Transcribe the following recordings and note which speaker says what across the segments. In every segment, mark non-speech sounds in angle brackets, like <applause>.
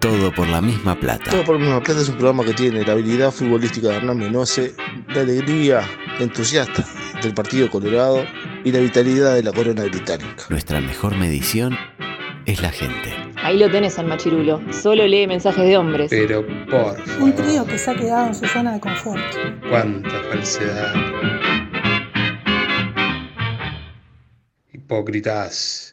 Speaker 1: Todo por la misma plata.
Speaker 2: Todo por la misma plata es un programa que tiene la habilidad futbolística de Hernán Menose, la alegría entusiasta del Partido Colorado y la vitalidad de la corona británica.
Speaker 1: Nuestra mejor medición es la gente.
Speaker 3: Ahí lo tenés al machirulo. Solo lee mensajes de hombres.
Speaker 4: Pero por favor.
Speaker 5: Un trío que se ha quedado en su zona de confort.
Speaker 4: Cuánta falsedad. Hipócritas.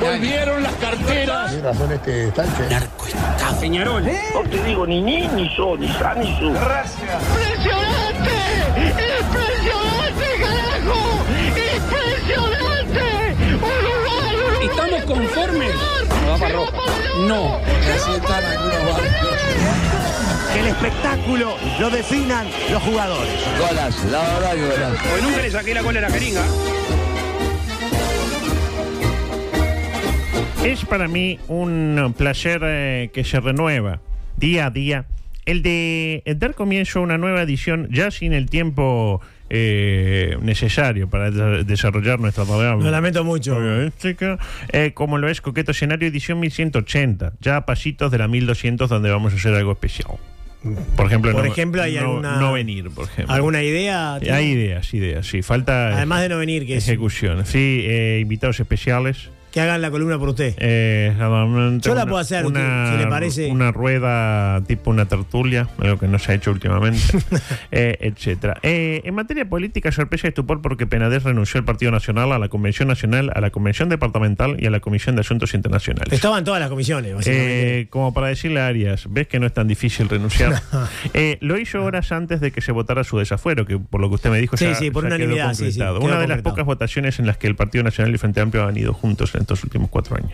Speaker 6: Volvieron las carteras. Tiene razón este estanque. Narco Peñarol. ¿Estamos conformes? No.
Speaker 7: Que el espectáculo lo definan los jugadores.
Speaker 6: Porque nunca le saqué la cola a la jeringa.
Speaker 8: Es para mí un placer eh, que se renueva día a día el de eh, dar comienzo a una nueva edición ya sin el tiempo eh, necesario para de- desarrollar nuestra programa.
Speaker 9: Lo lamento mucho.
Speaker 8: Periodística, eh, como lo es Coqueto Escenario edición 1180, ya a pasitos de la 1200 donde vamos a hacer algo especial. Por ejemplo,
Speaker 9: Por
Speaker 8: no,
Speaker 9: ejemplo, hay
Speaker 8: no-
Speaker 9: alguna-
Speaker 8: no venir, por ejemplo. Eh,
Speaker 9: ¿Alguna idea? tío?
Speaker 8: Hay ideas, ideas, sí. Falta eh,
Speaker 9: Además de no venir, que, es-
Speaker 8: ejecución. Sí, eh, invitados especiales.
Speaker 9: que hagan la columna por usted.
Speaker 8: Eh, normalmente
Speaker 9: Yo la puedo hacer, si le parece.
Speaker 8: Una rueda tipo una tertulia, algo que no se ha hecho
Speaker 9: <laughs>
Speaker 8: últimamente, eh, etcétera. Eh, en materia política, sorpresa y estupor porque Penades renunció al Partido Nacional, a la Convención Nacional, a la Convención Departamental y a la Comisión de Asuntos Internacionales.
Speaker 9: Estaban todas las comisiones, básicamente.
Speaker 8: Eh, como para decirle a Arias, ves que no es tan difícil
Speaker 9: <laughs>
Speaker 8: renunciar. Eh, lo hizo horas antes de que se votara su desafuero, que por lo que usted me dijo
Speaker 9: Ah. Sí,
Speaker 8: ya-
Speaker 9: sí, por
Speaker 8: ya quedó
Speaker 9: unanimidad, sí, sí,
Speaker 8: concretado.
Speaker 9: quedó
Speaker 8: Una de las
Speaker 9: concretado.
Speaker 8: pocas votaciones en las que el Partido Nacional y Frente Amplio han ido juntos en estos últimos cuatro años.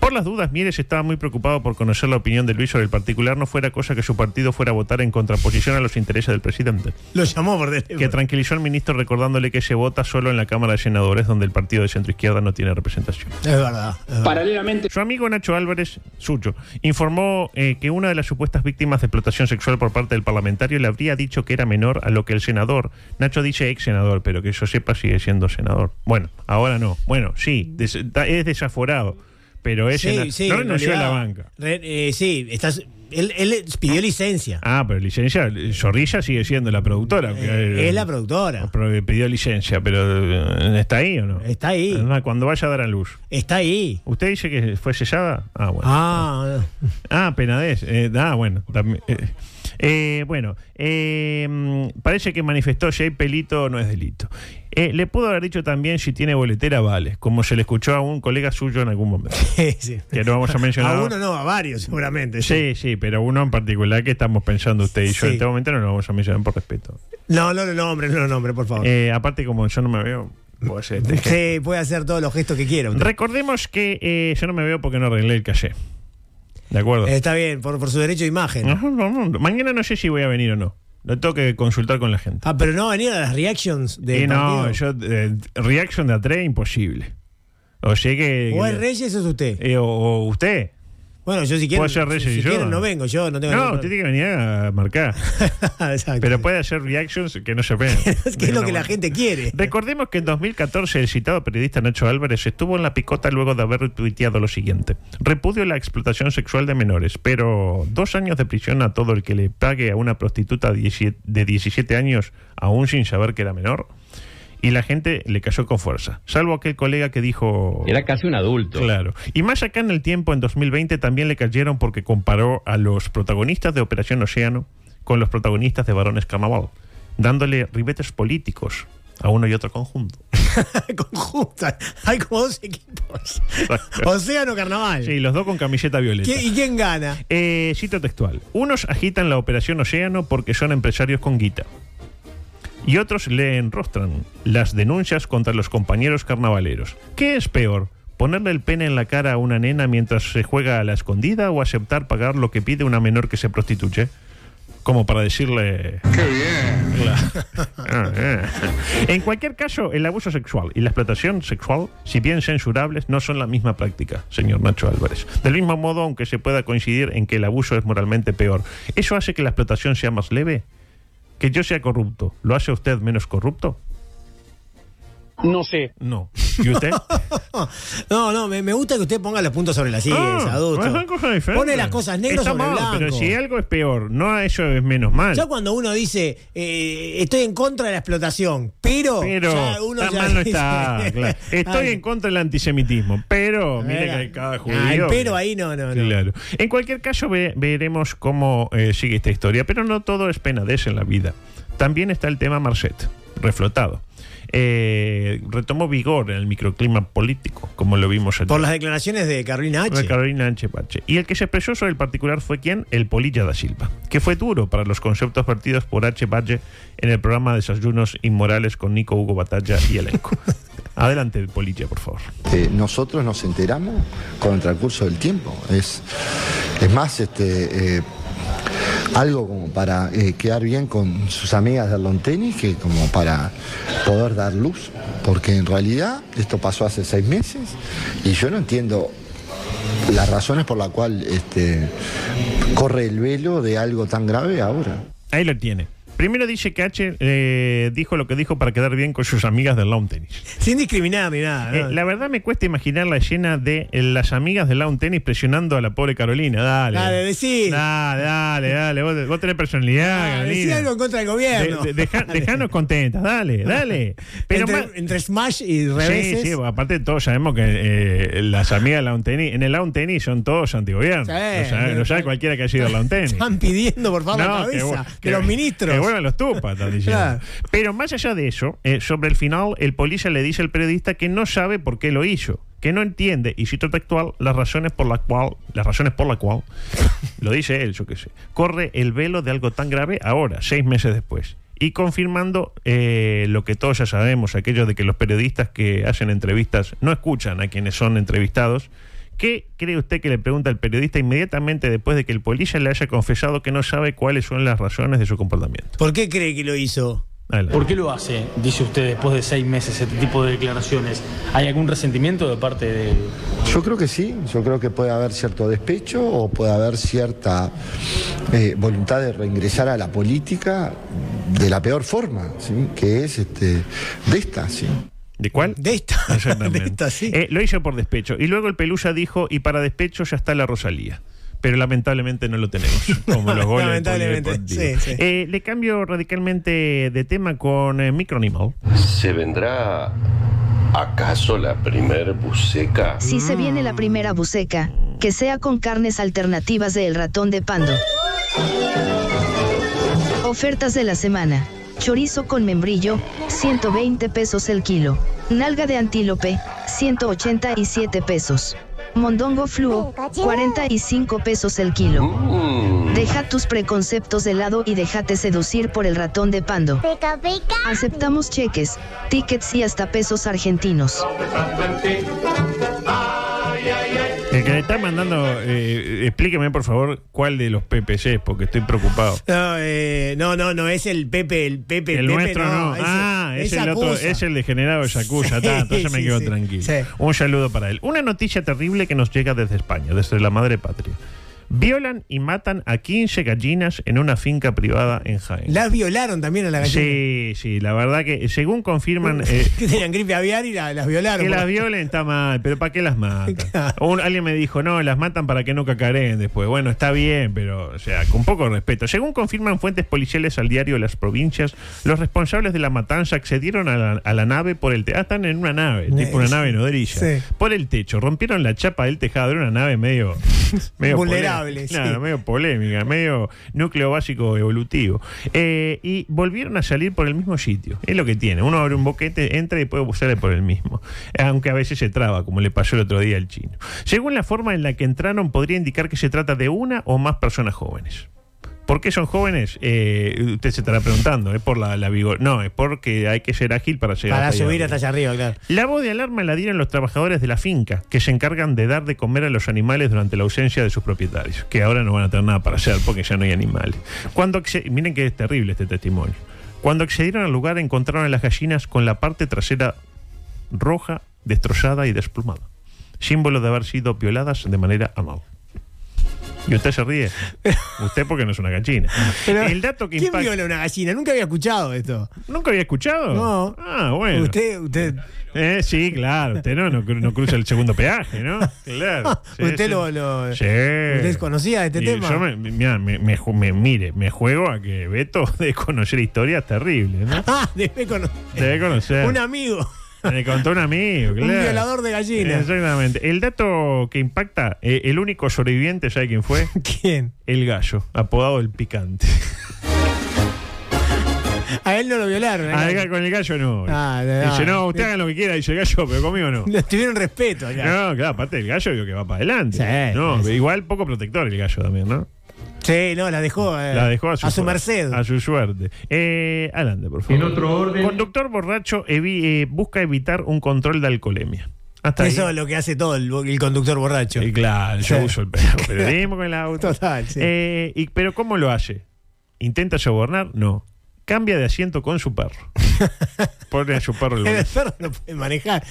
Speaker 8: Por las dudas, Mieres estaba muy preocupado por conocer la opinión de Luis sobre el particular, no fuera cosa que su partido fuera a votar en contraposición a los intereses del presidente
Speaker 9: Lo llamó por
Speaker 8: que
Speaker 9: teléfono.
Speaker 8: tranquilizó al ministro recordándole que se vota solo en la Cámara de Senadores, donde el partido de centro izquierda no tiene representación.
Speaker 9: Es verdad. es verdad.
Speaker 6: Paralelamente.
Speaker 8: Su amigo Nacho Álvarez, suyo, informó eh, que una de las supuestas víctimas de explotación sexual por parte del parlamentario le habría dicho que era menor a lo que el senador. Nacho dice ex senador, pero que yo sepa sigue siendo senador. Bueno, ahora no. Bueno, sí, des- da- es desaforado, pero es sena-
Speaker 9: Sí, sí,
Speaker 8: no
Speaker 9: en
Speaker 8: renunció a la
Speaker 9: realidad,
Speaker 8: banca.
Speaker 9: re- eh, sí, estás, él, él pidió licencia.
Speaker 8: Ah, pero licencia, Zorrilla sigue siendo la productora. aunque-
Speaker 9: Eh, es la productora.
Speaker 8: Pero pidió licencia, pero eh, ¿está ahí o no?
Speaker 9: Está ahí.
Speaker 8: Ah, Cuando vaya a dar a luz.
Speaker 9: Está ahí.
Speaker 8: ¿Usted dice que fue sellada? Ah, bueno.
Speaker 9: Ah, <laughs>
Speaker 8: Ah, Penades. Eh, ah, bueno. también, eh. Eh, bueno, eh, mm, parece que manifestó Jay Pelito no es delito. Eh, le pudo haber dicho también si tiene boletera, vale, como se le escuchó a un colega suyo en algún momento.
Speaker 9: sí.
Speaker 8: Que
Speaker 9: <laughs>
Speaker 8: no vamos a mencionar.
Speaker 9: A uno no, a varios seguramente.
Speaker 8: Sí, sí, pero uno en particular que estamos pensando usted y yo
Speaker 9: Sí.
Speaker 8: en este momento no lo vamos a mencionar por respeto.
Speaker 9: No, no lo nombre, no lo nombre, por favor.
Speaker 8: Eh, aparte, como yo no me veo, puedo hacer este gesto.
Speaker 9: Sí, puede hacer todos los gestos que quiera. usted.
Speaker 8: Recordemos que eh, yo no me veo porque no arreglé el calle. ¿De acuerdo?
Speaker 9: Está bien, por, por su derecho de imagen.
Speaker 8: Ajá, no, no. Mañana no sé si voy a venir o no. Lo tengo que consultar con la gente.
Speaker 9: Ah, pero no venía a las reactions de.
Speaker 8: Y no, yo, eh, reaction de A3 imposible. O sea que.
Speaker 9: O es Reyes o es usted.
Speaker 8: eh, o, o usted.
Speaker 9: Bueno, yo si quiero.
Speaker 8: puede ser Reyes
Speaker 9: si,
Speaker 8: y yo.
Speaker 9: quieren, no vengo, yo no tengo
Speaker 8: No,
Speaker 9: ningún
Speaker 8: usted tiene que venir a marcar.
Speaker 9: problema. <laughs> Exacto.
Speaker 8: Pero puede hacer reactions que
Speaker 9: <laughs>
Speaker 8: no se vean.
Speaker 9: es que es lo que la gente quiere. <laughs>
Speaker 8: <laughs> Recordemos que en 2014 el citado periodista Nacho Álvarez estuvo en la picota luego de haber tuiteado lo siguiente. Repudio la explotación sexual de menores, pero dos años de prisión a todo el que le pague a una prostituta 17 de 17 años aún sin saber que era menor. Y la gente le cayó con fuerza, salvo aquel colega que dijo...
Speaker 10: casi un adulto.
Speaker 8: Claro. Y más acá en el tiempo, en 2020, también le cayeron porque comparó a los protagonistas de Operación Océano con los protagonistas de Varones Carnaval, dándole ribetes políticos a uno y otro conjunto.
Speaker 9: Conjunta. Hay como dos equipos. Océano Carnaval.
Speaker 8: Sí, los dos con camiseta violeta.
Speaker 9: ¿Qui- ¿Y quién gana? <laughs>
Speaker 8: Eh, cito textual. Unos agitan la Operación Océano porque son empresarios con guita. y otros le enrostran las denuncias contra los compañeros carnavaleros. ¿Qué es peor? ¿Ponerle el pene en la cara a una nena mientras se juega a la escondida o aceptar pagar lo que pide una menor que se prostituye? Como para decirle...
Speaker 6: ¡Qué bien!
Speaker 8: Ah, eh. en cualquier caso, el abuso sexual y la explotación sexual, si bien censurables, no son la misma práctica, señor Nacho Álvarez. Del mismo modo, aunque se pueda coincidir en que el abuso es moralmente peor, ¿eso hace que la explotación sea más leve? ¿Que yo sea corrupto, lo hace usted menos corrupto?
Speaker 11: No sé.
Speaker 8: No.
Speaker 9: <laughs>
Speaker 8: ¿Y usted?
Speaker 9: no, no, me, me gusta que usted ponga los puntos sobre las sillas,
Speaker 8: Ah,
Speaker 9: adulto.
Speaker 8: es una cosa diferente.
Speaker 9: Pone las cosas negras
Speaker 8: Está
Speaker 9: sobre
Speaker 8: mal,
Speaker 9: blanco.
Speaker 8: Pero si algo es peor, no eso es menos mal.
Speaker 9: Ya cuando uno dice, eh, estoy en contra de la explotación, pero, <laughs>
Speaker 8: Pero
Speaker 9: ya uno
Speaker 8: tan
Speaker 9: ya
Speaker 8: mal no
Speaker 9: <laughs> dice-
Speaker 8: está. claro. Estoy
Speaker 9: Ay, Ah,
Speaker 8: en contra del antisemitismo, pero mire que
Speaker 9: Era-
Speaker 8: hay cada judío.
Speaker 9: Ah, el
Speaker 8: que-
Speaker 9: pero ahí no, no, no.
Speaker 8: Claro. En cualquier caso, ve- veremos cómo eh, sigue esta historia, pero no todo es penadez en la vida. También está el tema Marcet, reflotado. Eh, retomó vigor en el microclima político, como lo vimos en
Speaker 9: Por las declaraciones de Carolina H.
Speaker 8: de Carolina H. Pache. Y el que se expresó sobre el particular fue quien? El Polilla da Silva, que fue duro para los conceptos partidos por H. Pache en el programa Desayunos Inmorales con Nico Hugo Batalla y elenco.
Speaker 9: <laughs>
Speaker 8: Adelante, Polilla, por favor.
Speaker 12: Este, nosotros nos enteramos con el transcurso del tiempo. Es, es más, este, eh, algo como para eh, quedar bien con sus amigas del lawn tenis que como para poder dar luz. Porque en realidad esto pasó hace seis meses y yo no entiendo las razones por las cuales este, corre el velo de algo tan grave ahora.
Speaker 8: Ahí lo tiene. Primero dice que H eh, dijo lo que dijo para quedar bien con sus amigas del lawn tenis.
Speaker 9: Sin discriminar ni nada.
Speaker 8: Eh,
Speaker 9: ¿no?
Speaker 8: la verdad me cuesta imaginar la escena de eh, las amigas del lawn tenis presionando a la pobre Carolina. Dale.
Speaker 9: Dale, decí.
Speaker 8: Dale, dale, dale. Vos, vos tenés personalidad,
Speaker 9: Ah,
Speaker 8: Carolina.
Speaker 9: decí algo en contra del gobierno.
Speaker 8: De- de- deja-
Speaker 9: <laughs>
Speaker 8: dejanos contentas, dale, dale. Pero
Speaker 9: entre,
Speaker 8: más-
Speaker 9: entre Smash y
Speaker 8: Sí,
Speaker 9: reveses.
Speaker 8: sí, aparte todos sabemos que eh, las amigas del lawn tenis, en el lawn tenis son todos antigobierno.
Speaker 9: Sí.
Speaker 8: lo, sabe, lo sabe cualquiera que ha sido al lawn tenis.
Speaker 9: Están pidiendo, por favor, la
Speaker 8: No, que
Speaker 9: cabeza
Speaker 8: vu-
Speaker 9: de los ministros.
Speaker 8: Que vuelvan los tupas, están diciendo.
Speaker 9: Claro.
Speaker 8: Pero más allá de eso, eh, sobre el final, el policía le dice al periodista que no sabe por qué lo hizo, que no entiende, y cito textual, las razones por la cual, las razones por la cual, <laughs> lo dice él, yo qué sé, corre el velo de algo tan grave ahora, seis meses después. Y confirmando eh, lo que todos ya sabemos, aquello de que los periodistas que hacen entrevistas no escuchan a quienes son entrevistados, ¿Qué cree usted que le pregunta el periodista inmediatamente después de que el policía le haya confesado que no sabe cuáles son las razones de su comportamiento?
Speaker 9: ¿Por qué cree que lo hizo?
Speaker 8: Adelante.
Speaker 13: ¿Por qué lo hace, dice usted, después de seis meses este tipo de declaraciones? ¿Hay algún resentimiento de parte de...?
Speaker 12: Yo creo que sí, yo creo que puede haber cierto despecho o puede haber cierta eh, voluntad de reingresar a la política de la peor forma, ¿sí? que es este, de esta. ¿sí?
Speaker 8: ¿De cuál?
Speaker 9: De esta. <laughs>
Speaker 8: Exactamente.
Speaker 9: De esta, sí.
Speaker 8: Eh, lo hizo por despecho. Y luego el Pelusa dijo, y para despecho ya está la Rosalía. Pero lamentablemente no lo tenemos.
Speaker 9: <laughs>
Speaker 8: Como los goles del
Speaker 9: Lamentablemente,
Speaker 8: polideportivo.
Speaker 9: sí, sí.
Speaker 8: Eh, le cambio radicalmente de tema con eh, Microanimal.
Speaker 14: ¿Se vendrá acaso la primer buceca?
Speaker 15: Si se viene la primera buceca, que sea con carnes alternativas del ratón de pando. Ofertas de la semana. Chorizo con membrillo, 120 pesos el kilo. Nalga de antílope, 187 pesos. Mondongo fluo, 45 pesos el kilo. Deja tus preconceptos de lado y déjate seducir por el ratón de pando. Aceptamos cheques, tickets y hasta pesos argentinos.
Speaker 8: El que le está mandando, eh, explíqueme por favor cuál de los PPC, porque estoy preocupado.
Speaker 9: No, eh, no, no, no, es el Pepe, el Pepe,
Speaker 8: El
Speaker 9: Pepe,
Speaker 8: nuestro no.
Speaker 9: ese-
Speaker 8: ah, es
Speaker 9: ese
Speaker 8: el otro,
Speaker 9: acusa.
Speaker 8: es el degenerado de Yakuza.
Speaker 9: Sí,
Speaker 8: ta, entonces me
Speaker 9: sí,
Speaker 8: quedo
Speaker 9: sí.
Speaker 8: tranquilo.
Speaker 9: Sí.
Speaker 8: Un saludo para él. Una noticia terrible que nos llega desde España, desde la madre patria. Violan y matan a 15 gallinas en una finca privada en Jaén.
Speaker 9: Las violaron también a la gallina.
Speaker 8: Sí, sí, la verdad que según confirman... eh,
Speaker 9: <laughs> Que tenían gripe aviar y la- las violaron.
Speaker 8: que las violen está mal, pero ¿para qué
Speaker 9: <laughs>
Speaker 8: las matan? Un- alguien me dijo, no, las matan para que no cacareen después. Bueno, está bien, pero, o sea, con poco respeto. Según confirman fuentes policiales al diario Las Provincias, los responsables de la matanza accedieron a la, a la nave por el techo. Ah, están en una nave,
Speaker 9: Eh,
Speaker 8: tipo una
Speaker 9: sí.
Speaker 8: nave nodrilla.
Speaker 9: Sí.
Speaker 8: Por el techo, rompieron la chapa del tejado, era una nave medio. medio
Speaker 9: Vulnerable, sí.
Speaker 8: polé- <laughs> Claro, medio polémica, medio núcleo básico evolutivo. Eh, y volvieron a salir por el mismo sitio. Es lo que tiene. Uno abre un boquete, entra y puede sale por el mismo. Aunque a veces se traba, como le pasó el otro día al chino. Según la forma en la que entraron, podría indicar que se trata de una o más personas jóvenes. ¿Por qué son jóvenes? Eh, usted se estará preguntando, es por la, la vigor. No, es porque hay que ser ágil para llegar
Speaker 9: Para
Speaker 8: hasta allá
Speaker 9: subir hasta allá
Speaker 8: arriba.
Speaker 9: arriba, claro.
Speaker 8: La voz de alarma la dieron los trabajadores de la finca, que se encargan de dar de comer a los animales durante la ausencia de sus propietarios, que ahora no van a tener nada para hacer porque ya no hay animales. Cuando acce- Miren que es terrible este testimonio. Cuando accedieron al lugar encontraron a las gallinas con la parte trasera roja, destrozada y desplumada, símbolo de haber sido violadas de manera amable. Y usted
Speaker 9: <laughs>
Speaker 8: se ríe. Usted porque no es una gallina.
Speaker 9: Pero,
Speaker 8: el dato que
Speaker 9: ¿Quién
Speaker 8: impacta-
Speaker 9: viola una gallina? Nunca había escuchado esto.
Speaker 8: ¿Nunca había escuchado?
Speaker 9: No.
Speaker 8: Ah, bueno.
Speaker 9: Usted, usted,
Speaker 8: Eh, sí, claro. Usted no, no, cru- no cruza el segundo peaje, ¿no?
Speaker 9: <laughs>
Speaker 8: Claro. Sí,
Speaker 9: usted
Speaker 8: sí.
Speaker 9: lo, lo-
Speaker 8: Sí.
Speaker 9: usted conocía este
Speaker 8: Y
Speaker 9: tema.
Speaker 8: Yo me, mirá, me- me ju- me- mire, me juego a que Beto <laughs> debe conocer historias terribles, ¿no?
Speaker 9: <laughs> Ah, debe conocer.
Speaker 8: Debe conocer.
Speaker 9: Un amigo. <laughs>
Speaker 8: Me contó un amigo,
Speaker 9: Un
Speaker 8: claro.
Speaker 9: violador de gallinas.
Speaker 8: Exactamente. El dato que impacta, eh, el único sobreviviente, ¿sabe quién fue?
Speaker 9: ¿Quién?
Speaker 8: El gallo, apodado el picante.
Speaker 9: A él no lo violaron.
Speaker 8: Ah,
Speaker 9: ¿eh?
Speaker 8: el ga- con el gallo no.
Speaker 9: Ah, no,
Speaker 8: dice,
Speaker 9: no.
Speaker 8: no, usted hagan lo que quiera. Dice el gallo, pero conmigo no.
Speaker 9: <laughs> Le tuvieron respeto acá.
Speaker 8: No, claro, aparte del gallo digo que va para adelante.
Speaker 9: Sí,
Speaker 8: no,
Speaker 9: sí.
Speaker 8: igual poco protector el gallo también, ¿no?
Speaker 9: Sí, no, la dejó, eh,
Speaker 8: La dejó a su, suerte,
Speaker 9: merced.
Speaker 8: A su suerte. Eh, adelante, por favor.
Speaker 9: En otro orden-
Speaker 8: Conductor borracho evi- eh, busca evitar un control de alcoholemia. Hasta
Speaker 9: Eso
Speaker 8: ahí.
Speaker 9: es lo que hace todo el, el conductor borracho.
Speaker 8: Eh, claro, yo
Speaker 9: Sí.
Speaker 8: uso el per- periodismo con el auto.
Speaker 9: <laughs> Total, sí.
Speaker 8: Eh, y- pero ¿cómo lo hace? ¿Intenta sobornar? No. Cambia de asiento con
Speaker 9: <laughs>
Speaker 8: su perro. Pone a su perro
Speaker 9: <laughs>
Speaker 8: en
Speaker 9: el
Speaker 8: lugar.
Speaker 9: perro no puede manejar.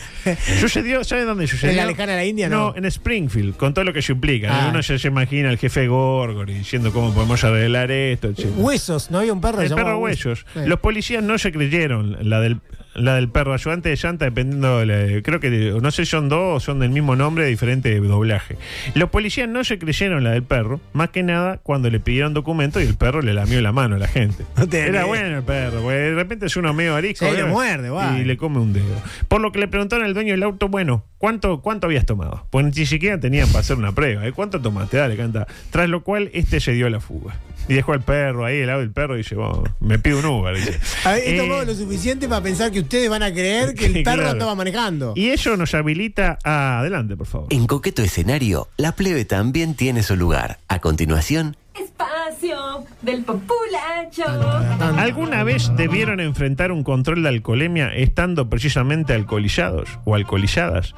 Speaker 8: Sucedió, ¿sabes dónde sucedió?
Speaker 9: ¿En la lejana de la India, no?
Speaker 8: en Springfield, con todo lo que eso implica. ¿no?
Speaker 9: Ah.
Speaker 8: Uno ya se imagina al jefe Gorgori diciendo cómo podemos arreglar esto, etc.
Speaker 9: Huesos, no había un perro.
Speaker 8: El
Speaker 9: llamado
Speaker 8: perro Huesos.
Speaker 9: Sí.
Speaker 8: Los policías no se creyeron la del, la del perro ayudante de llanta, dependiendo, de la- creo que, de- no sé, son dos, son del mismo nombre, diferente doblaje. Los policías no se creyeron la del perro, más que nada cuando le pidieron documento y el perro le lamió la mano a la gente.
Speaker 9: No te-
Speaker 8: Era bueno el perro, porque de repente es uno medio arisco.
Speaker 9: Sí, lo
Speaker 8: ¿verdad?
Speaker 9: muerde, guay.
Speaker 8: Y le come un dedo. Por lo que le preguntaron al dueño del auto, bueno, ¿cuánto, cuánto habías tomado? Pues ni siquiera tenían para hacer una prueba. ¿eh? ¿Cuánto tomaste? Dale, canta. Tras lo cual, este se dio a la fuga. Y dejó al perro ahí, el lado del perro, y dice, "Bueno, me pido un Uber. dice.
Speaker 9: Ah, He
Speaker 8: Eh,
Speaker 9: tomado lo suficiente para pensar que ustedes van a creer que
Speaker 8: <laughs> Sí,
Speaker 9: el perro
Speaker 8: claro.
Speaker 9: estaba manejando.
Speaker 8: y eso nos habilita a... Adelante, por favor.
Speaker 1: En coqueto escenario, la plebe también tiene su lugar. A continuación,
Speaker 16: Espacio del populacho.
Speaker 8: ¿Alguna vez debieron enfrentar un control de alcoholemia estando precisamente alcoholizados o alcoholizadas?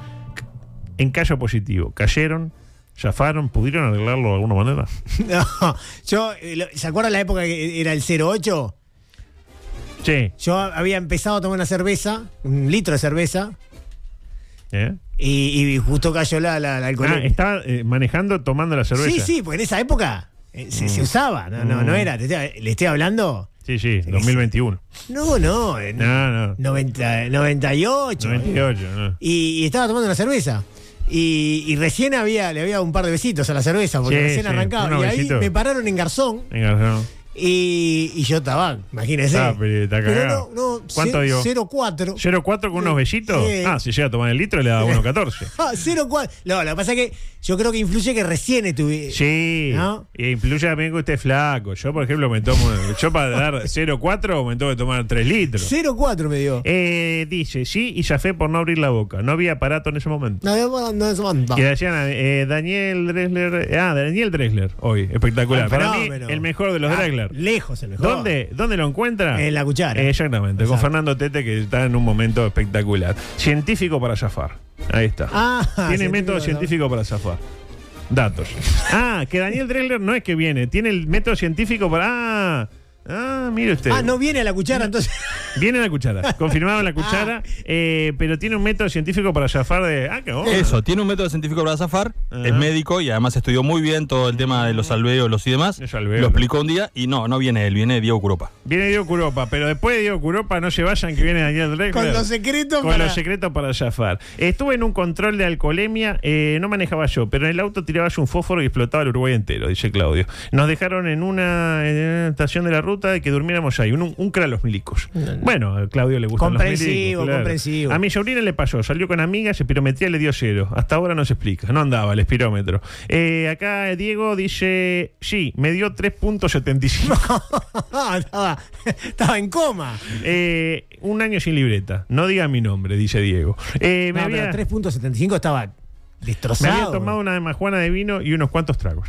Speaker 8: En caso positivo, ¿cayeron? ¿Zafaron? ¿Pudieron arreglarlo de alguna manera?
Speaker 9: <laughs> No, yo, eh, lo- ¿se acuerdan la época que era el 08?
Speaker 8: Sí.
Speaker 9: Yo había empezado a tomar una cerveza, un litro de cerveza,
Speaker 8: ¿eh?
Speaker 9: y, y justo cayó la, la, la
Speaker 8: Ah,
Speaker 9: alcoholemia.
Speaker 8: estaba eh, manejando, tomando la cerveza.
Speaker 9: Sí, sí, porque en esa época eh, se, se usaba, no, no,
Speaker 8: Mm.
Speaker 9: no era. te estoy- le estoy hablando.
Speaker 8: Sí, sí, 2021.
Speaker 9: No, no, en
Speaker 8: No, no.
Speaker 9: 90, 98.
Speaker 8: 98, no.
Speaker 9: y, y estaba tomando una cerveza. Y, y recién había, le había un par de besitos a la cerveza, porque
Speaker 8: Sí,
Speaker 9: recién
Speaker 8: sí,
Speaker 9: arrancaba.
Speaker 8: unos
Speaker 9: Y ahí
Speaker 8: besitos.
Speaker 9: me pararon en Garzón
Speaker 8: Venga, no.
Speaker 9: y, y yo estaba, imagínense.
Speaker 8: Ah, pero está
Speaker 9: Pero
Speaker 8: cagado.
Speaker 9: no, no,
Speaker 8: ¿Cuánto dio?
Speaker 9: 04.
Speaker 8: 0,4 con unos besitos.
Speaker 9: Sí.
Speaker 8: Ah, si llega a tomar el litro le da 1,14.
Speaker 9: Ah, 04. No, lo que pasa es que yo creo que influye que recién estuve.
Speaker 8: Sí.
Speaker 9: ¿No?
Speaker 8: Y influye también que usted es flaco. Yo, por ejemplo, me tomo. <laughs> Yo para dar 0,4 me tengo que tomar 3 litros.
Speaker 9: 04 me dio.
Speaker 8: Eh, dice, sí, y ya fue por no abrir la boca. No había aparato en ese momento.
Speaker 9: No, no, no, no, no.
Speaker 8: Que decían eh, Daniel Dresler. Ah, Daniel Dresler, hoy, espectacular.
Speaker 9: Un
Speaker 8: Para mí,
Speaker 9: fenómeno.
Speaker 8: el mejor de los
Speaker 9: Ah,
Speaker 8: Dresler.
Speaker 9: Lejos el mejor.
Speaker 8: ¿Dónde, ¿Dónde lo encuentra?
Speaker 9: En la cuchara.
Speaker 8: Eh, Exactamente, con
Speaker 9: Exacto.
Speaker 8: Fernando Tete, que está en un momento espectacular. Científico para zafar. Ahí está.
Speaker 9: Ah,
Speaker 8: tiene
Speaker 9: científico
Speaker 8: método
Speaker 9: para
Speaker 8: científico para zafar. Datos. Ah, que Daniel Dressler no es que viene, tiene el método científico para. Ah, ah, mire usted.
Speaker 9: Ah, no viene a la cuchara, entonces. Ah.
Speaker 8: Viene la cuchara, confirmado la cuchara, eh, pero tiene un método científico para zafar de. Ah, qué bueno.
Speaker 17: Eso, tiene un método científico para zafar, es médico y además estudió muy bien todo el tema de los alvéolos y demás.
Speaker 8: alvéolo.
Speaker 17: Lo explicó un día y no, no viene él, viene Diego Curopa.
Speaker 8: Viene Diego Curopa, pero después de Diego Curopa no se vayan que viene Daniel Drexler.
Speaker 9: <laughs> Con los secretos
Speaker 8: Con
Speaker 9: para- <laughs>
Speaker 8: los secretos para zafar. Estuve en un control de alcoholemia, eh, no manejaba yo, pero en el auto tiraba yo un fósforo y explotaba el Uruguay entero, dice Claudio. Nos dejaron en una, en una estación de la ruta de que durmiéramos ahí, un, un cra los milicos. Bueno, a Claudio le gustan los
Speaker 9: Comprensivo,
Speaker 8: milicos. claro.
Speaker 9: comprensivo.
Speaker 8: A mi sobrina le pasó, salió con amigas, espirometría le dio cero. Hasta ahora no se explica, no andaba el espirómetro. Eh, acá Diego dice, sí, me dio
Speaker 9: <laughs>
Speaker 8: 3.75.
Speaker 9: Ah, estaba, estaba en coma.
Speaker 8: Eh, un año sin libreta. No diga mi nombre, dice Diego. Eh, me,
Speaker 9: No, pero
Speaker 8: había,
Speaker 9: 3.75 estaba
Speaker 8: me
Speaker 9: destrozado.
Speaker 8: había tomado una de majuana de vino y unos cuantos tragos.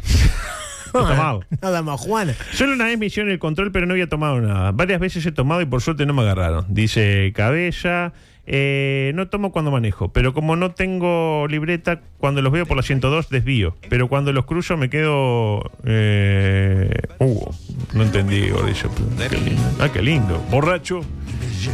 Speaker 8: tomado.
Speaker 9: <laughs> Nada más, Juana.
Speaker 8: Solo una vez me hicieron el control, pero no había tomado nada. Varias veces he tomado y por suerte no me agarraron. Dice Cabella. eh, no tomo cuando manejo, pero como no tengo libreta, cuando los veo por la 102 desvío. Pero cuando los cruzo me quedo. Eh, uh, no entendí, Gordillo. pero Qué lindo. Ah, qué lindo. Borracho.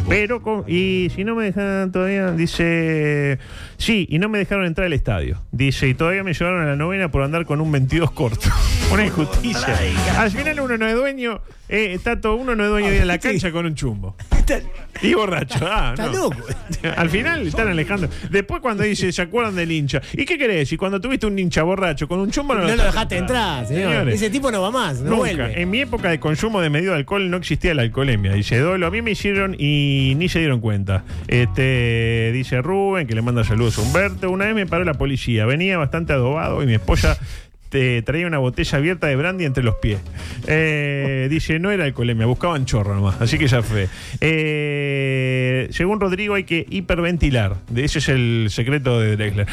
Speaker 8: Pero, con- y si no me dejan todavía, dice. Sí, y no me dejaron entrar al estadio. Dice, y todavía me llevaron a la novena por andar con un 22 corto. <laughs> Una injusticia. Al final uno no es dueño, eh, Tato, uno no es dueño de
Speaker 9: <laughs>
Speaker 8: ir a la cancha con un chumbo. Y borracho. Ah,
Speaker 9: Está
Speaker 8: no.
Speaker 9: loco.
Speaker 8: <laughs> Al final están alejando. Después cuando dice, ¿se acuerdan del hincha? ¿Y qué querés? Y cuando tuviste un hincha borracho con un chumbo no,
Speaker 9: No lo dejaste entrar, señor.
Speaker 8: Señores.
Speaker 9: Ese tipo no va más, no
Speaker 8: Nunca.
Speaker 9: vuelve.
Speaker 8: En mi época de consumo de medido de alcohol no existía la alcoholemia. Dice Dolo, a mí me hicieron y ni se dieron cuenta. Este, dice Rubén, que le manda saludos a Humberto. Una vez me paró la policía. Venía bastante adobado y mi esposa te traía una botella abierta de brandy entre los pies. Eh, dice, no era alcoholemia, buscaban chorro nomás. Así que ya fue. Eh, según Rodrigo, hay que hiperventilar. De- Ese es el secreto de Drexler.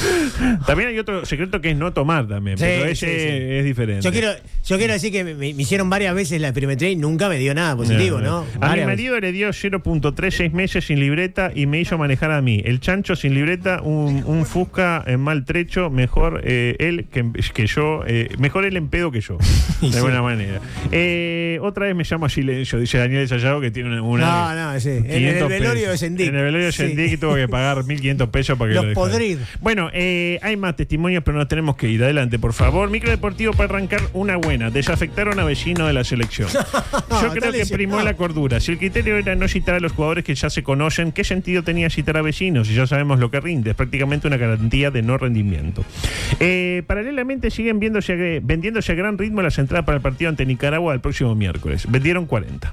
Speaker 8: <laughs> también hay otro secreto que es no tomar también.
Speaker 9: Sí,
Speaker 8: pero ese
Speaker 9: sí, sí.
Speaker 8: es diferente.
Speaker 9: Yo quiero, yo quiero decir que me, me hicieron varias veces la espirometría pues, y nunca me dio nada positivo, ¿no?
Speaker 8: A mi
Speaker 9: Varias
Speaker 8: marido le dio 0.3 seis meses sin libreta y me hizo manejar a mí. El chancho sin libreta, un, un fusca en maltrecho, mejor eh, él que, que yo, eh, mejor él en pedo
Speaker 9: <laughs>
Speaker 8: que yo, de alguna manera. Eh, otra vez me llamo a silencio, dice Daniel Sayago que tiene una...
Speaker 9: No, no, sí. En el
Speaker 8: 500
Speaker 9: velorio
Speaker 8: pesos.
Speaker 9: de Sendik.
Speaker 8: En el velorio de
Speaker 9: Sí.
Speaker 8: Sendik tuvo que
Speaker 9: <laughs>
Speaker 8: pagar 1.500 pesos para que
Speaker 9: Los
Speaker 8: lo dejaran.
Speaker 9: podrid.
Speaker 8: Bueno, eh, hay más testimonios, pero nos tenemos que ir. Adelante, por favor. Microdeportivo para arrancar una buena. Desafectaron a vecino de la selección.
Speaker 9: <laughs>
Speaker 8: Yo creo
Speaker 9: está
Speaker 8: que
Speaker 9: lesionado.
Speaker 8: primó la cordura. Si el criterio era no citar a los jugadores que ya se conocen, ¿qué sentido tenía citar a vecinos? Si ya sabemos lo que rinde, es prácticamente una garantía de no rendimiento. Eh, paralelamente siguen viéndose a- vendiéndose a gran ritmo las entradas para el partido ante Nicaragua el próximo miércoles. Vendieron 40.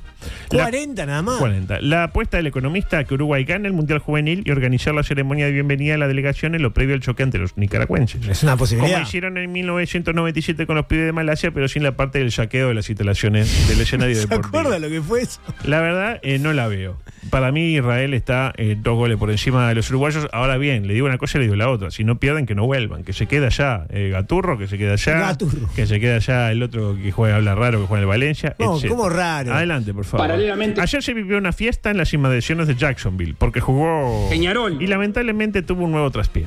Speaker 8: La-
Speaker 9: 40 nada más.
Speaker 8: 40. La apuesta del economista a que Uruguay gane el Mundial Juvenil y organizar la ceremonia de bienvenida a la delegación en lo previo al choque ante los nicaragüenses.
Speaker 9: Es una posibilidad.
Speaker 8: Como hicieron en 1997 con los pibes de Malasia, pero sin la parte del saqueo de las instalaciones del
Speaker 9: <laughs>
Speaker 8: escenario
Speaker 9: ¿Se
Speaker 8: deportivo.
Speaker 9: acuerda lo que fue eso?
Speaker 8: La verdad, eh, no la veo. Para mí, Israel está eh, dos goles por encima de los uruguayos. Ahora bien, le digo una cosa y le digo la otra. Si no pierden, que no vuelvan. Que se quede allá eh, Gaturro, que se quede allá.
Speaker 9: Gaturro.
Speaker 8: Que se quede allá el otro que juega, habla raro, que juega en el Valencia.
Speaker 9: No,
Speaker 8: etcétera.
Speaker 9: ¿cómo raro?
Speaker 8: Adelante, por favor.
Speaker 11: Paralelamente-
Speaker 8: Ayer se vivió una fiesta en las inmediaciones de Jacksonville, porque jugó.
Speaker 11: Peñarol.
Speaker 8: Y lamentablemente tuvo un nuevo traspié.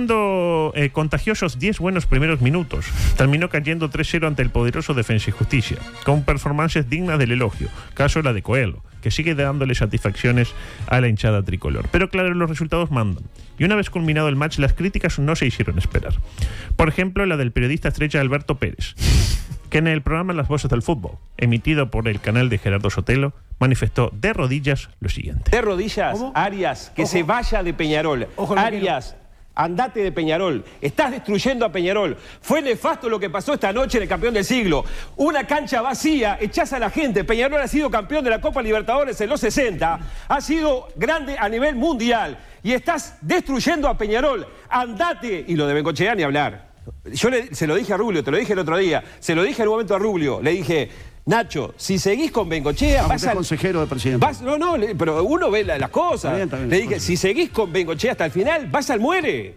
Speaker 8: Jugando eh, contagiosos 10 buenos primeros minutos, terminó cayendo 3-0 ante el poderoso Defensa y Justicia, con performances dignas del elogio, caso la de Coelho, que sigue dándole satisfacciones a la hinchada tricolor. Pero claro, los resultados mandan. Y una vez culminado el match, las críticas no se hicieron esperar. Por ejemplo, la del periodista estrella Alberto Pérez, que en el programa Las Voces del Fútbol, emitido por el canal de Gerardo Sotelo, manifestó de rodillas lo siguiente.
Speaker 18: De rodillas, Arias, que se vaya de Peñarol. Arias, andate de Peñarol. Estás destruyendo a Peñarol. Fue nefasto lo que pasó esta noche en el campeón del siglo. Una cancha vacía, echás a la gente. Peñarol ha sido campeón de la Copa Libertadores en los 60. Ha sido grande a nivel mundial. Y estás destruyendo a Peñarol. Andate. Y lo de Bencochea ni hablar. Yo le- se lo dije a Rubio, te lo dije el otro día. Se lo dije en un momento a Rubio. Le dije, Nacho, si seguís con Bencochea, vas a
Speaker 11: consejero de presidente.
Speaker 18: Vas- no, no, le- pero uno ve la- las cosas. Le dije, si seguís con Bengochea hasta el final, vas al muere.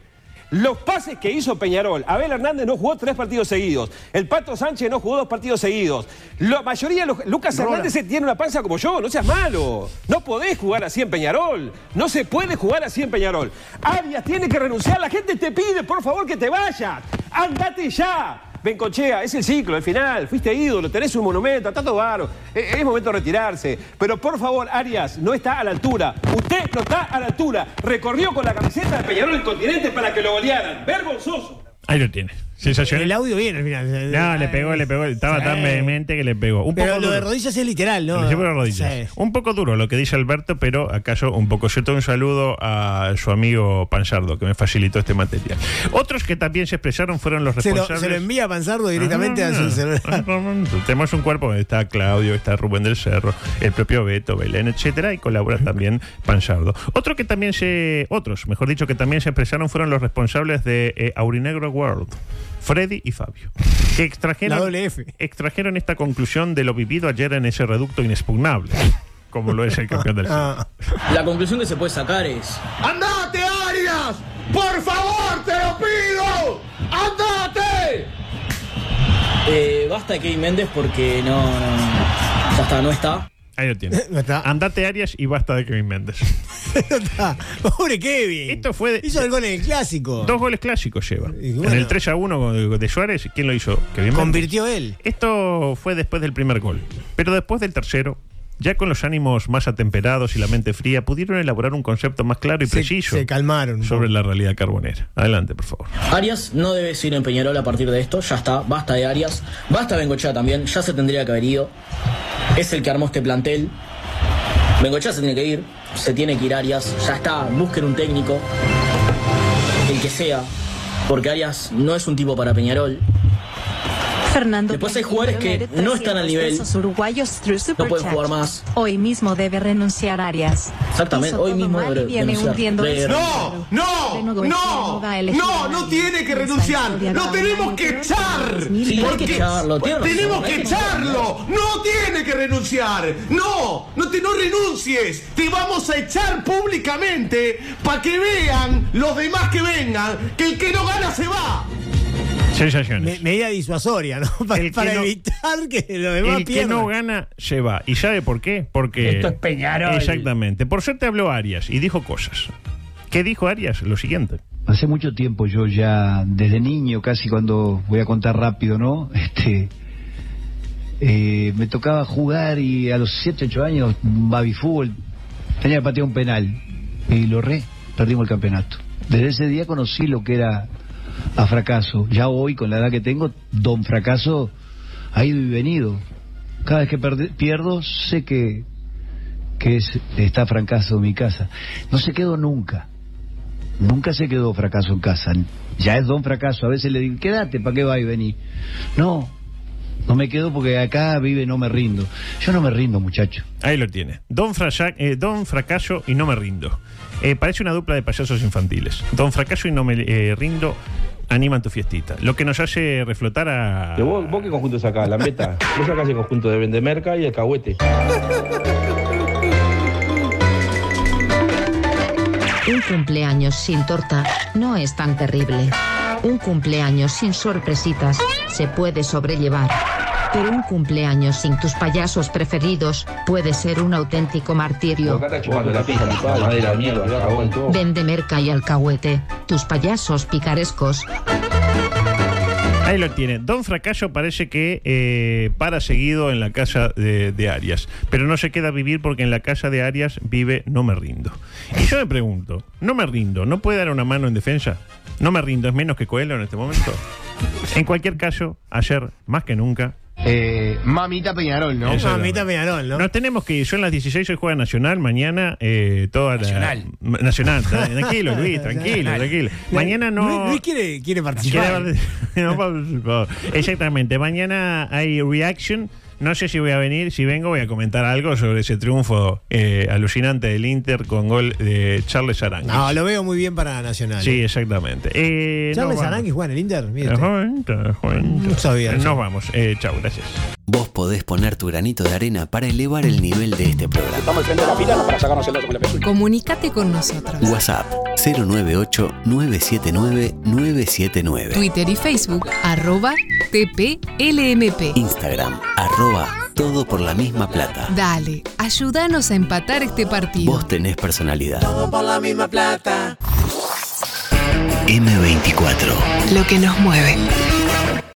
Speaker 18: Los pases que hizo Peñarol, Abel Hernández no jugó tres partidos seguidos, el Pato Sánchez no jugó dos partidos seguidos, la mayoría de los... Lucas Hernández se tiene una panza como yo, no seas malo, no podés jugar así en Peñarol, no se puede jugar así en Peñarol. Arias tiene que renunciar, la gente te pide, por favor, que te vayas, andate ya. Bencochea, es el ciclo, el final. Fuiste ídolo, tenés un monumento, a Tato Varo. Eh, Es, es momento de retirarse. Pero por favor, Arias, no está a la altura. Usted no está a la altura. Recorrió con la camiseta de Peñarol el continente para que lo golearan. Vergonzoso.
Speaker 8: Ahí lo tiene. Sensacional.
Speaker 9: El audio viene al final.
Speaker 8: No, le pegó, le pegó. Estaba
Speaker 9: Sí.
Speaker 8: tan vehemente que le pegó. Un
Speaker 9: Pero
Speaker 8: poco
Speaker 9: lo de
Speaker 8: duro.
Speaker 9: rodillas es literal, ¿no?
Speaker 8: Le llevo las rodillas.
Speaker 9: Sí.
Speaker 8: Un poco duro lo que dice Alberto, pero acaso un poco cierto. Un saludo a su amigo Pansardo, que me facilitó este material. Otros que también se expresaron fueron los
Speaker 9: Se lo,
Speaker 8: responsables.
Speaker 9: se lo envía a Panzardo directamente
Speaker 8: Ah.
Speaker 9: a su
Speaker 8: <laughs>
Speaker 9: celular.
Speaker 8: Tenemos un cuerpo, está Claudio, está Rubén del Cerro, el propio Beto, Belén, etcétera, y colabora también Pansardo. Otro que también se, otros, mejor dicho, que también se expresaron fueron los responsables de eh, Aurinegro World, Freddy y Fabio, que extrajeron,
Speaker 9: La doble E. F.
Speaker 8: extrajeron esta conclusión de lo vivido ayer en ese reducto inexpugnable, como lo es el campeón
Speaker 9: <laughs> Ah.
Speaker 8: del siglo.
Speaker 19: La conclusión que se puede sacar es.
Speaker 6: ¡Andate, Arias! ¡Por favor, te lo pido! ¡Andate!
Speaker 19: Eh, basta de Kevin Méndez porque no, no, no. Ya está, no está.
Speaker 8: Ahí lo
Speaker 9: <laughs>
Speaker 8: tiene. Andate Arias y basta de Kevin Méndez.
Speaker 9: Pobre Kevin.
Speaker 8: Esto fue.
Speaker 9: Hizo el gol en el clásico.
Speaker 8: Dos goles clásicos lleva.
Speaker 9: bueno.
Speaker 8: En el 3 a 1 de Suárez, ¿quién lo hizo? Kevin Méndez.
Speaker 9: Convirtió él.
Speaker 8: Esto fue después del primer gol. Pero después del tercero, ya con los ánimos más atemperados y la mente fría, pudieron elaborar un concepto más claro y
Speaker 9: Se-
Speaker 8: preciso
Speaker 9: se calmaron un
Speaker 8: sobre la realidad carbonera. Adelante, por favor.
Speaker 19: Arias no debe seguir en Peñarol a partir de esto, ya está, basta de Arias, basta Bengochea también, ya se tendría que haber ido. Es el que armó este plantel. Bengochea se tiene que ir, se tiene que ir Arias, ya está, busquen un técnico, el que sea, porque Arias no es un tipo para Peñarol.
Speaker 20: Fernando.
Speaker 19: Después hay jugadores que no están al nivel.
Speaker 20: Pesos uruguayos through Super
Speaker 19: pueden
Speaker 20: Chat.
Speaker 19: jugar más.
Speaker 20: Hoy mismo debe renunciar Arias.
Speaker 19: Exactamente,
Speaker 20: Hizo
Speaker 19: hoy
Speaker 20: todo
Speaker 19: mismo
Speaker 20: mal y
Speaker 19: debe
Speaker 20: viene
Speaker 19: renunciar.
Speaker 20: hundiendo
Speaker 19: Debe
Speaker 20: el
Speaker 19: renunciar.
Speaker 20: cuadro.
Speaker 21: ¡No!
Speaker 20: Moreno Goicoechea
Speaker 21: ¡No!
Speaker 20: va a elegir
Speaker 21: ¡No!
Speaker 20: a
Speaker 21: ¡No
Speaker 20: alguien
Speaker 21: tiene que
Speaker 20: en esta
Speaker 21: renunciar!
Speaker 20: historia
Speaker 21: ¡Lo
Speaker 20: tan
Speaker 21: tenemos
Speaker 20: larga.
Speaker 21: que echar!
Speaker 20: Sí, hay que
Speaker 21: Porque
Speaker 19: echarlo, tiene razón,
Speaker 21: tenemos
Speaker 19: hay
Speaker 21: que
Speaker 19: que echarlo.
Speaker 21: echarlo! ¡No tiene que renunciar! ¡No! ¡No te no renuncies! ¡Te vamos a echar públicamente para que vean los demás que vengan que el que no gana se va!
Speaker 8: Sensaciones.
Speaker 9: Me- medida disuasoria, ¿no? <laughs> Para,
Speaker 8: El que
Speaker 9: para
Speaker 8: no-
Speaker 9: evitar que los demás
Speaker 8: El que
Speaker 9: pierdan.
Speaker 8: no gana se va. ¿Y sabe por qué? Porque.
Speaker 9: Esto es Peñarol.
Speaker 8: Exactamente. Por suerte habló Arias y dijo cosas. ¿Qué dijo Arias? Lo siguiente.
Speaker 22: Hace mucho tiempo yo ya, desde niño casi cuando, voy a contar rápido, ¿no? <laughs> Este, eh, me tocaba jugar y a los 7, 8 años, baby fútbol, tenía que patear un penal y lo re, perdimos el campeonato. Desde ese día conocí lo que era a fracaso. Ya hoy, con la edad que tengo, don fracaso ha ido y venido. Cada vez que perde- pierdo, sé que, que es, está fracaso en mi casa. No se quedó nunca. Nunca se quedó fracaso en casa. Ya es don fracaso. A veces le digo, quédate, ¿para qué va y venir? No, no me quedo porque acá vive no me rindo. Yo no me rindo, muchacho.
Speaker 8: Ahí lo tiene. Don, Frasac- eh, Don Fracaso y No Me Rindo. Eh, parece una dupla de payasos infantiles. Don Fracaso y No Me eh, Rindo animan tu fiestita. Lo que nos hace reflotar a.
Speaker 23: Pero vos, vos qué conjunto sacás, la meta. Vos sacás el conjunto de Vendemerca y el Cahuete.
Speaker 15: Un cumpleaños sin torta no es tan terrible. Un cumpleaños sin sorpresitas se puede sobrellevar. Pero un cumpleaños sin tus payasos preferidos puede ser un auténtico martirio.
Speaker 23: Acá está chupando la pija, mi padre. Madera, mierda, ya cagó en todo.
Speaker 15: Vende merca y alcahuete, tus payasos picarescos.
Speaker 8: Ahí lo tiene. Don Fracaso parece que eh, para seguido en la casa de, de Arias. Pero no se queda a vivir porque en la casa de Arias vive No Me Rindo. Y yo me pregunto, ¿No Me Rindo no puede dar una mano en defensa? ¿No Me Rindo es menos que Coelho en este momento? En cualquier caso, ayer, más que nunca...
Speaker 7: Eh, mamita Peñarol,
Speaker 8: ¿no?
Speaker 9: Mamita Peñarol, ¿no?
Speaker 8: Nos tenemos que ir. Son las 16, hoy juega Nacional. Mañana, eh, toda
Speaker 9: Nacional.
Speaker 8: la. Nacional. tra- Tranquilo,
Speaker 9: <laughs>
Speaker 8: Luis, tranquilo,
Speaker 9: Nacional.
Speaker 8: tranquilo. Mañana no.
Speaker 9: Luis, Luis quiere, quiere
Speaker 8: Quiere
Speaker 9: participar.
Speaker 8: <laughs> hablar de- no, por favor. Exactamente. Mañana hay reaction. No sé si voy a venir. Si vengo, voy a comentar algo sobre ese triunfo eh, alucinante del Inter con gol de Charles Aranguis.
Speaker 9: No, lo veo muy bien para Nacional.
Speaker 8: Sí, exactamente. Eh,
Speaker 9: Charles
Speaker 8: nos vamos.
Speaker 9: Aranguis juega en el Inter. mire usted.
Speaker 8: Ajá, ajá, ajá.
Speaker 9: No sabía eso.
Speaker 8: Nos vamos. Eh, chao, gracias.
Speaker 1: Vos podés poner tu granito de arena para elevar el nivel de este programa.
Speaker 11: Vamos al frente de la pila para sacarnos el con la
Speaker 24: Comunícate con nosotros.
Speaker 1: WhatsApp 098-979-979.
Speaker 24: Twitter y Facebook, arroba TPLMP.
Speaker 1: Instagram, arroba todo por la misma plata.
Speaker 24: Dale, ayúdanos a empatar este partido.
Speaker 1: Vos tenés personalidad.
Speaker 24: por la misma plata.
Speaker 1: M24.
Speaker 24: Lo que nos mueve.